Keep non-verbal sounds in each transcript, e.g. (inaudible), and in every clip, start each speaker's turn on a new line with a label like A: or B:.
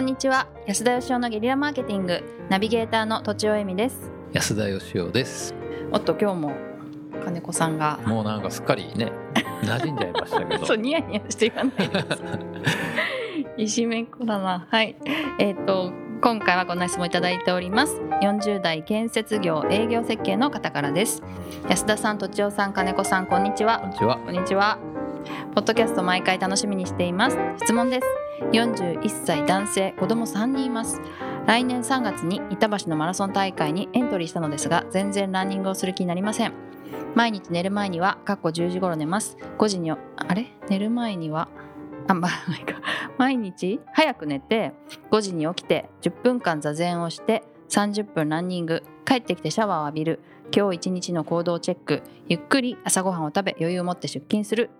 A: んにちは安田義雄のゲリラマーケティングナビゲーターのとちおえみです
B: 安田義雄です。
A: おっと今日も金子さんが
B: もうなんかすっかりね、馴染んじゃいましたけ
A: (laughs)
B: ど。
A: そうニヤニヤしていかないでいじめっ子だなはいえっ、と今回はこんな質問いただいております40代建設業営業設計の方からです安田さんとちおさん金子さんこんにちは
B: こんにちは。
A: こんにちは。ポッドキャスト毎回楽しみにしています。質問です。41歳男性、子供3人います。来年3月に板橋のマラソン大会にエントリーしたのですが、全然ランニングをする気になりません。毎日寝る前には、かっこ10時頃寝ます。5時には、あれ寝る前には、あ、まあ、いいか。毎日早く寝て、5時に起きて、10分間座禅をして、30分ランニング、帰ってきてシャワーを浴びる、今日一日の行動チェックゆっくり朝ごはんを食べ余裕を持って出勤する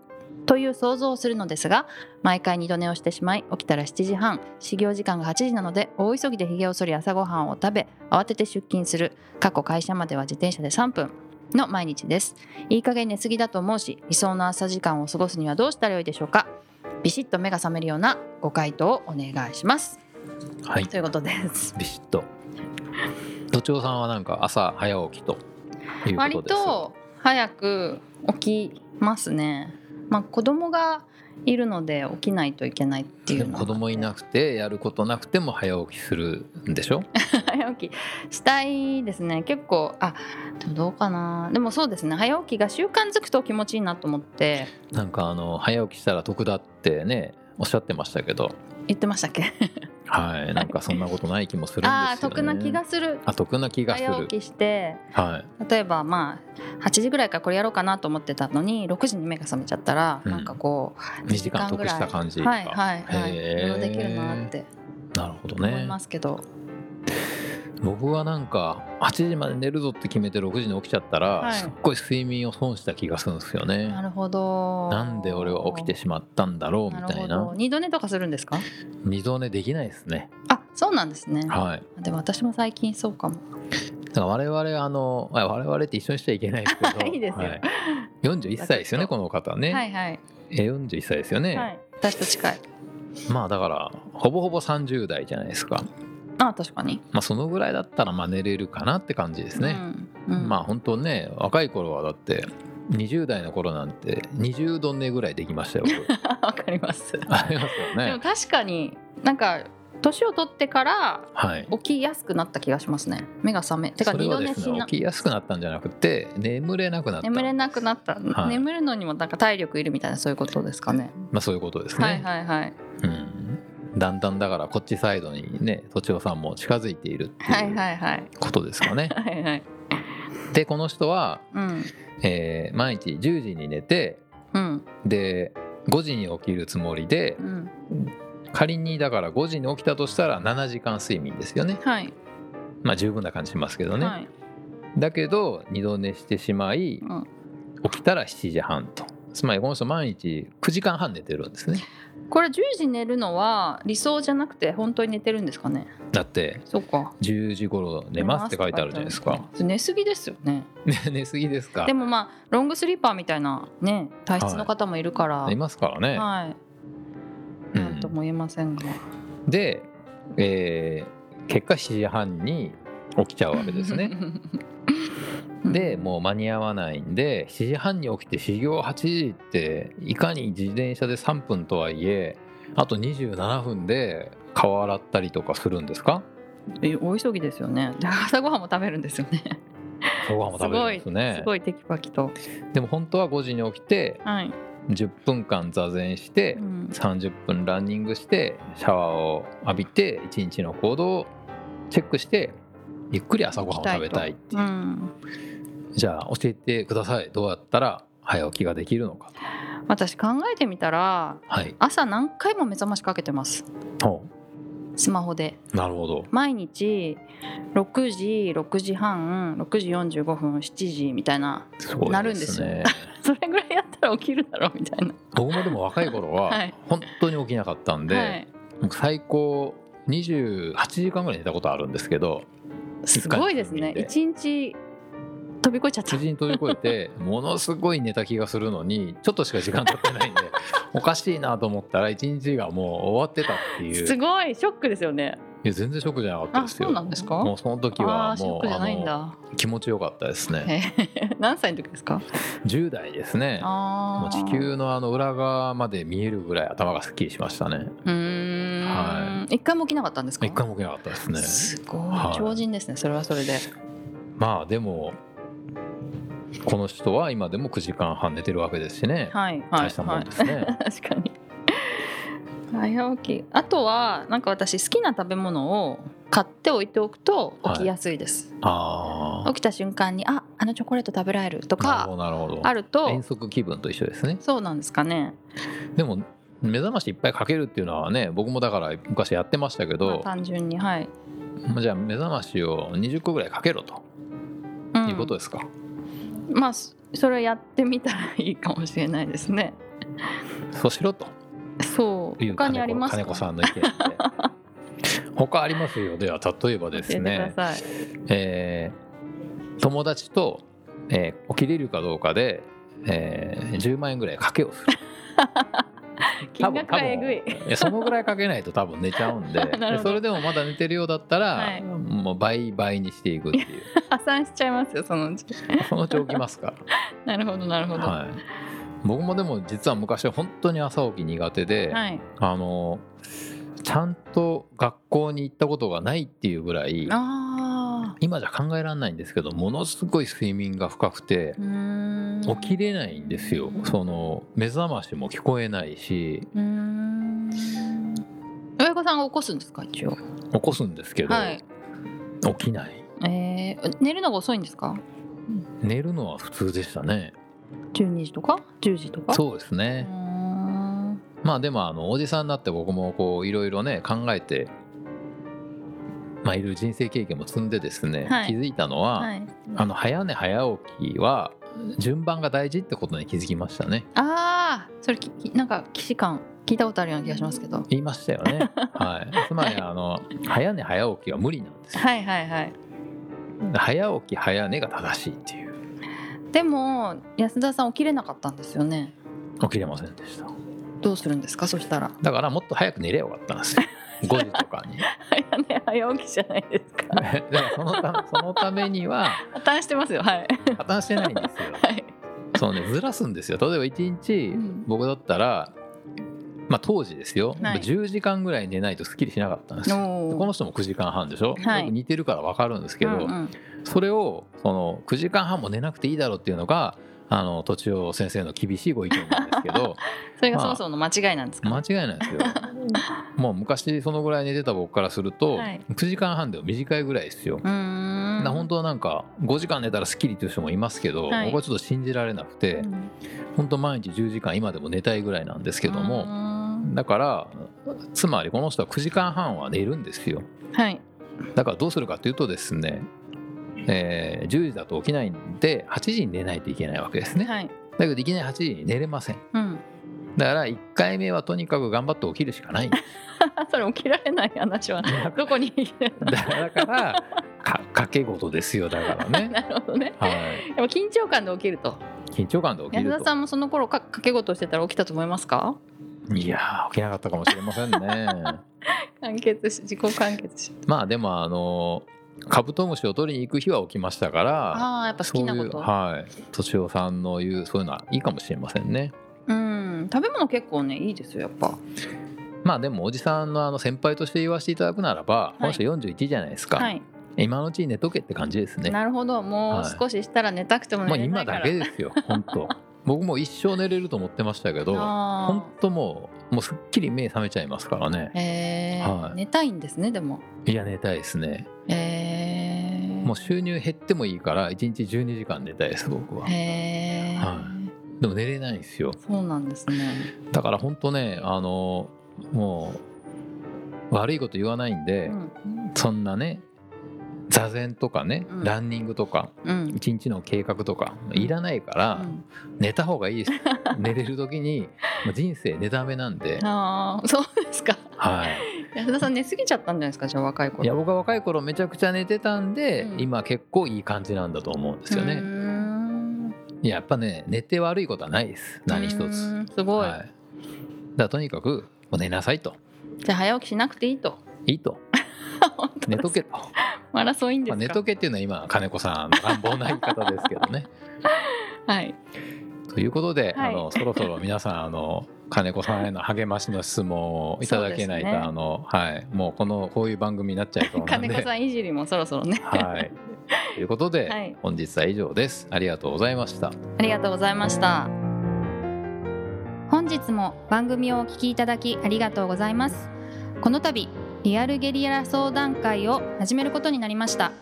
A: という想像をするのですが毎回二度寝をしてしまい起きたら7時半始業時間が8時なので大急ぎでひげを剃り朝ごはんを食べ慌てて出勤する過去会社までは自転車で3分の毎日ですいい加減寝すぎだと思うし理想の朝時間を過ごすにはどうしたらよいでしょうかビシッと目が覚めるようなご回答をお願いします
B: はい。
A: ということです
B: ビシッと。土長さんはなんか朝早起きというこ
A: 割
B: とです。
A: と早く起きますね。まあ子供がいるので起きないといけないっていう
B: で
A: の
B: も (laughs) 子供いなくてやることなくても早起きするんで
A: (laughs)
B: しょ。
A: 早起きしたいですね。結構あでもどうかな。でもそうですね。早起きが習慣づくと気持ちいいなと思って
B: なんかあの早起きしたら得だってねおっしゃってましたけど、
A: 言ってましたっけ？
B: はい。なんかそんなことない気もするんですよね。
A: (laughs) ああ得な気がする。
B: あ得な気がす
A: 早
B: る。
A: 起きして
B: はい。
A: 例えばまあ8時ぐらいからこれやろうかなと思ってたのに6時に目が覚めちゃったら、
B: うん
A: なんかこう
B: 2時間得した感じか。
A: はいはいはい
B: へー
A: いろいろできるなって
B: なるほど
A: 思
B: ね。
A: いますけど、
B: 僕はなんか8時まで寝るぞって決めて6時に起きちゃったら、
A: はい
B: すっごい睡眠を損した気がするんですよ
A: な
B: ね。
A: るほど。
B: なんで俺は起きてしまったんだろうみたい
A: るほ
B: な
A: ど二度寝とかするんですか？
B: 二度寝できないですね。
A: あ、そうなんですね。
B: はい。
A: でも私も最近そうかも。
B: だから我々あのあ我々って一緒にしちゃいけないですけ
A: (laughs)
B: ど、
A: いいですよ
B: はい、41歳です
A: (laughs)
B: よねこの方ね。
A: はいはい、
B: え41歳ですよね。
A: はい。私と近い。
B: まあだからほぼほぼ30代じゃないですか。
A: あ、確かに。
B: まあそのぐらいだったらまあ寝れるかなって感じですね。
A: うん。うん
B: まあ本当ね若い頃はだって20代の頃なんて20度寝ぐらいできましたよ。僕
A: (laughs) わかります。
B: ありますよ
A: (laughs) でも
B: ね。
A: 確かになんか年を取ってから
B: はい。
A: 起きやすくなった気がしますね。目が覚め。てか
B: それ
A: 二度
B: は
A: 寝
B: です
A: し
B: ね
A: な
B: 起。きやすくなったんじゃなくて眠れなくなった。
A: 眠れなくなった、
B: はい
A: 眠るのにもなんか体力いるみたいなそういうことですかね。
B: まあそういうことですね。
A: はいはいはい。
B: うん。だんだんだからこっちサイドにね土地さんも近づいているって
A: はいいうはいはい。
B: ことですかね。
A: はいはい。
B: でこの人は、
A: うん。
B: えー毎日10時に寝て
A: うん。
B: で5時に起きるつもりで
A: うん。
B: 仮にだから5時に起きたとしたら7時間睡眠ですよね。
A: はい。
B: まあ十分な感じしますけどね。
A: はい。
B: だけど二度寝してしまい
A: うん。
B: 起きたら7時半とつまりこの人毎日9時間半寝てるんですね
A: これ10時寝るのは理想じゃなくて本当に寝てるんですかね
B: だって
A: そうか
B: 10時頃寝ますって書いてあるじゃないですか
A: 寝すぎですよね
B: (laughs) 寝すぎですか
A: でもまあロングスリーパーみたいなね体質の方もいるからはい
B: ますからね、
A: い、
B: う
A: なんと
B: ん、
A: も言えませんが、
B: で、えー結果7時半に起きちゃうわけで
A: (laughs)
B: すねでもう間に合わないんで7時半に起きて始業8時っていかに自転車で3分とはいえあと27分で顔洗ったりとかするんですか
A: え大急ぎですよねで朝ごはんも食べるんですよね
B: ご飯も食べるんですね
A: すごいテキパキと
B: でも本当は5時に起きて
A: はい、
B: 10分間座禅して
A: うん
B: 30分ランニングしてシャワーを浴びて一日の行動をチェックしてゆっくり朝ごはんを食べたいっていう
A: うん、
B: じゃあ教えてくださいどうやったら早起きができるのかと
A: 私考えてみたら
B: はい
A: 朝何回も目覚ましかけてます
B: ほ
A: スマホで
B: うなるほど
A: 毎日6時6時半6時45分7時みたいな
B: すごい
A: なるんですよ
B: ね
A: それぐらいやったら起きるだろうみたいな
B: (laughs) 僕もでも若い頃
A: (laughs) は
B: はい本当に起きなかったんで、
A: はい、
B: 僕最高28時間ぐらい寝たことあるんですけど
A: すごいですね
B: 一
A: 一日飛び越えちゃった
B: 無事に飛び越えてものすごい寝た気がするのにちょっとしか時間経っ
A: (laughs)
B: てないんでおかしいなと思ったら一日がもう終わってたっていう
A: すごいショックですよね
B: いや全然ショックじゃなかったですよ
A: あそうなんですか
B: もうその時
A: あ
B: は
A: ーショ
B: も
A: ッ
B: う
A: クじゃないんだ
B: あの気持ちよかったですね
A: えー何歳の時ですか
B: 10代ですねも
A: あ
B: う
A: ー
B: 地球のあの裏側まで見えるぐらい頭がすっきりしましたね
A: うーん、
B: は
A: 一回も起きなかったんですか
B: 一回も起きなかったですね
A: すごい、
B: はい
A: 超人ですねそれはそれで
B: まあでもこの人は今でも9時間半寝てるわけですしね、
A: はいはい
B: 大したも
A: は
B: ん
A: い
B: ですね、
A: (laughs) 確かに早起きあとはなんか私好きな食べ物を買って置いておくと起きやすいです、
B: ああ
A: 起きた瞬間にああのチョコレート食べられると
B: なる
A: か
B: ほどなるほど
A: あると
B: 遠足気分と一緒ですね
A: そうなんですかね、
B: でも目覚ましいっぱいかけるっていうのはね僕もだから昔やってました
A: ま
B: け
A: あ、
B: ど、
A: 単純にはい、
B: まあじゃあ目覚ましを20個ぐらいかけろと
A: うん
B: いうことですか、
A: まあそそれやってみたらいいかもしれないですね
B: そうしろと
A: そう
B: いう
A: 他
B: 金
A: にあり
B: 子
A: ますか
B: 金子さんの意
A: (laughs)
B: 見で他ありますよでは例えばです
A: 教え
B: ね
A: てく、ださい
B: えー友達と、えー起きれるかどうかで、えー10万円ぐらい賭けをする
A: 金額がえぐい
B: 多分多分やそのぐらいかけないと多分寝ちゃうんで
A: (laughs) なるほど
B: でそれでもまだ寝てるようだったら、
A: はい
B: もう倍倍にしていくっていう
A: 破産しちゃいます (laughs) よそのうち
B: そのうち起きますか
A: なるほどなるほ
B: ら、
A: ど
B: はい、僕もでも実は昔は本当に朝起き苦手で、
A: はい、
B: あのちゃんと学校に行ったことがないっていうぐらい
A: ああ
B: 今じゃ考えられないんですけどものすごい睡眠が深くて
A: うーん
B: 起きれないんですよその目覚ましも聞こえないし
A: うーん親御さんが起こすんですか一応
B: 起こすんですけど、
A: はい
B: 起きない
A: えー、寝るのが遅いんですか
B: 寝るのは普通でしたね
A: 12時とか10時とかう
B: そうです
A: ー
B: ね、
A: ん
B: まあでもあのおじさんになって僕もこういろいろね考えてまあいる人生経験も積んでですね、
A: はい
B: 気づいたのは、
A: はい
B: あの早寝早起きは順番が大事ってことに気づきましたね
A: ああそれききなんか既視感聞いたことあるような気がしますけど
B: 言いましたよ
A: (laughs)
B: ねはいつまりあの早寝早起きは無理なんですよ
A: はいはいはい
B: 早起き早寝が正しいっていう
A: でも安田さん起きれなかったんですよね
B: 起きれませんでした
A: どうするんですかそしたら
B: だからもっと早く寝ればよかったんで
A: (laughs)
B: すよ5時とかに
A: 早寝早起きじゃないですか
B: でもそのたそのためには
A: (laughs) 破綻してますよはい
B: 破綻してないんですよ
A: はい
B: そ
A: (laughs)
B: うねずらすんですよ例えば一日
A: うん
B: 僕だったら、まあ当時ですよ、
A: はい
B: 10時間ぐらい寝ないとすっきりしなか (laughs) ったんですよでこの人も9時間半でしょ、
A: はい
B: よく似てるから分かるんですけど、
A: うんうん
B: それをその9時間半も寝なくていいだろうっていうのがあの土地を先生の厳しいご意見なんですけ
A: (laughs)
B: ど
A: それがそもそもの間違いなんですか、
B: 間違いないですよもう昔そのぐらい寝てた僕からすると、
A: はい
B: 9時間半でも短いぐらいですよ、
A: うーん
B: な本当はなんか5時間寝たらスッキリという人もいますけど、
A: はい
B: 僕はちょっと信じられなくて、
A: うん
B: 本当毎日10時間今でも寝たいぐらいなんですけど
A: う
B: も、
A: ーん
B: だからつまりこの人は9時間半は寝るんですよ
A: はい
B: だからどうするかというとですね、えー10時だと起きないんで8時に寝ないといけないわけですね、
A: はい
B: だけどいきなり8時に寝れません
A: うん、
B: だから1回目はとにかく頑張って起きるしかないんです
A: (laughs) それ起きられない話はどこに (laughs)
B: だからか掛け事ですよだからね、
A: なるほどね
B: はい、
A: でも緊張感で起きると
B: 緊張感で起き
A: 安
B: る
A: 田さ
B: と
A: んもその頃か掛け事をしてたら起きたと思いますか
B: いやー起きなかったかもしれませんね
A: 完結し自己完結し
B: まあでもあのカブトムシを取りに行く日は起きましたから
A: ああーやっぱ好
B: そう
A: き
B: い
A: なこ
B: う
A: と
B: はい敏夫さんの言うそういうのはいいかもしれませんね
A: うん食べ物結構ねいいですよやっぱ
B: まあでもおじさんのあの先輩として言わせていただくならば、この人41じゃないですか、
A: はい、
B: 今のうちに寝とけって感じですね
A: なるほどもう
B: はい
A: 少ししたら寝たくても
B: もう
A: 寝れな
B: 今
A: いか
B: だ
A: ら、
B: けですよ本当僕もう一生寝れると思ってましたけど
A: あ
B: 本当もうもうすっきり目覚めちゃいますからね
A: ーへえ
B: はい
A: 寝たいんですねでも
B: いや寝たいですね
A: えー、
B: もう収入減ってもいいから1日12時間寝たいです僕は
A: へえ、
B: はでも寝れないんですよ
A: そうなんですね。
B: だから本当ねあのもう悪いこと言わないんで、
A: うん、
B: そんなね座禅とかね、
A: うん
B: ランニングとか
A: うん、
B: 一日の計画とか
A: うん
B: いらないから、寝た方がい
A: (laughs)
B: いです寝れる時にもう人生寝だめなんで、
A: ああ、そうですか。
B: はい、
A: 安田さん寝すぎちゃったんじゃないですかじゃあ若い頃
B: いや僕は若い頃めちゃくちゃ寝てたんで、
A: うん
B: 今結構いい感じなんだと思うんですよ
A: うー
B: ね。
A: ん
B: いややっぱね寝て悪いことはないです何一
A: う
B: つ。
A: ーんすごい、
B: はい、だからとにかくもう寝なさいと
A: じゃあ早起きしなくていいと (laughs)
B: いいと
A: 本当
B: 寝とけと、
A: マラソンいいんです
B: まあ、
A: か、
B: 寝とけっていうのは今金子さんの乱暴な言い方ですけどね。
A: はい
B: ということで、
A: はい
B: あのそろそろ皆さんあの金子さんへの励ましの質問をいただけないと、
A: そうですね
B: あのはいもうこのこういう番組になっちゃいそうな
A: (laughs)
B: ん
A: 金
B: で。
A: 子さんいじりもそろそろね
B: はい。ということで、
A: はい
B: 本日は以上です。ありがとうございました。
A: ありがとうございました。本日も番組をお聞きいただきありがとうございます。この度リアルゲリラ相談会を始めることになりました。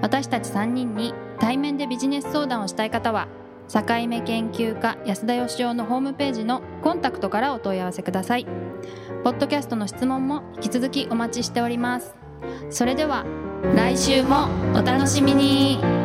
A: 私たち3人に対面でビジネス相談をしたい方は境目研究家安田義雄のホームページのコンタクトからお問い合わせください。ポッドキャストの質問も引き続きお待ちしております。それでは来週もお楽しみに。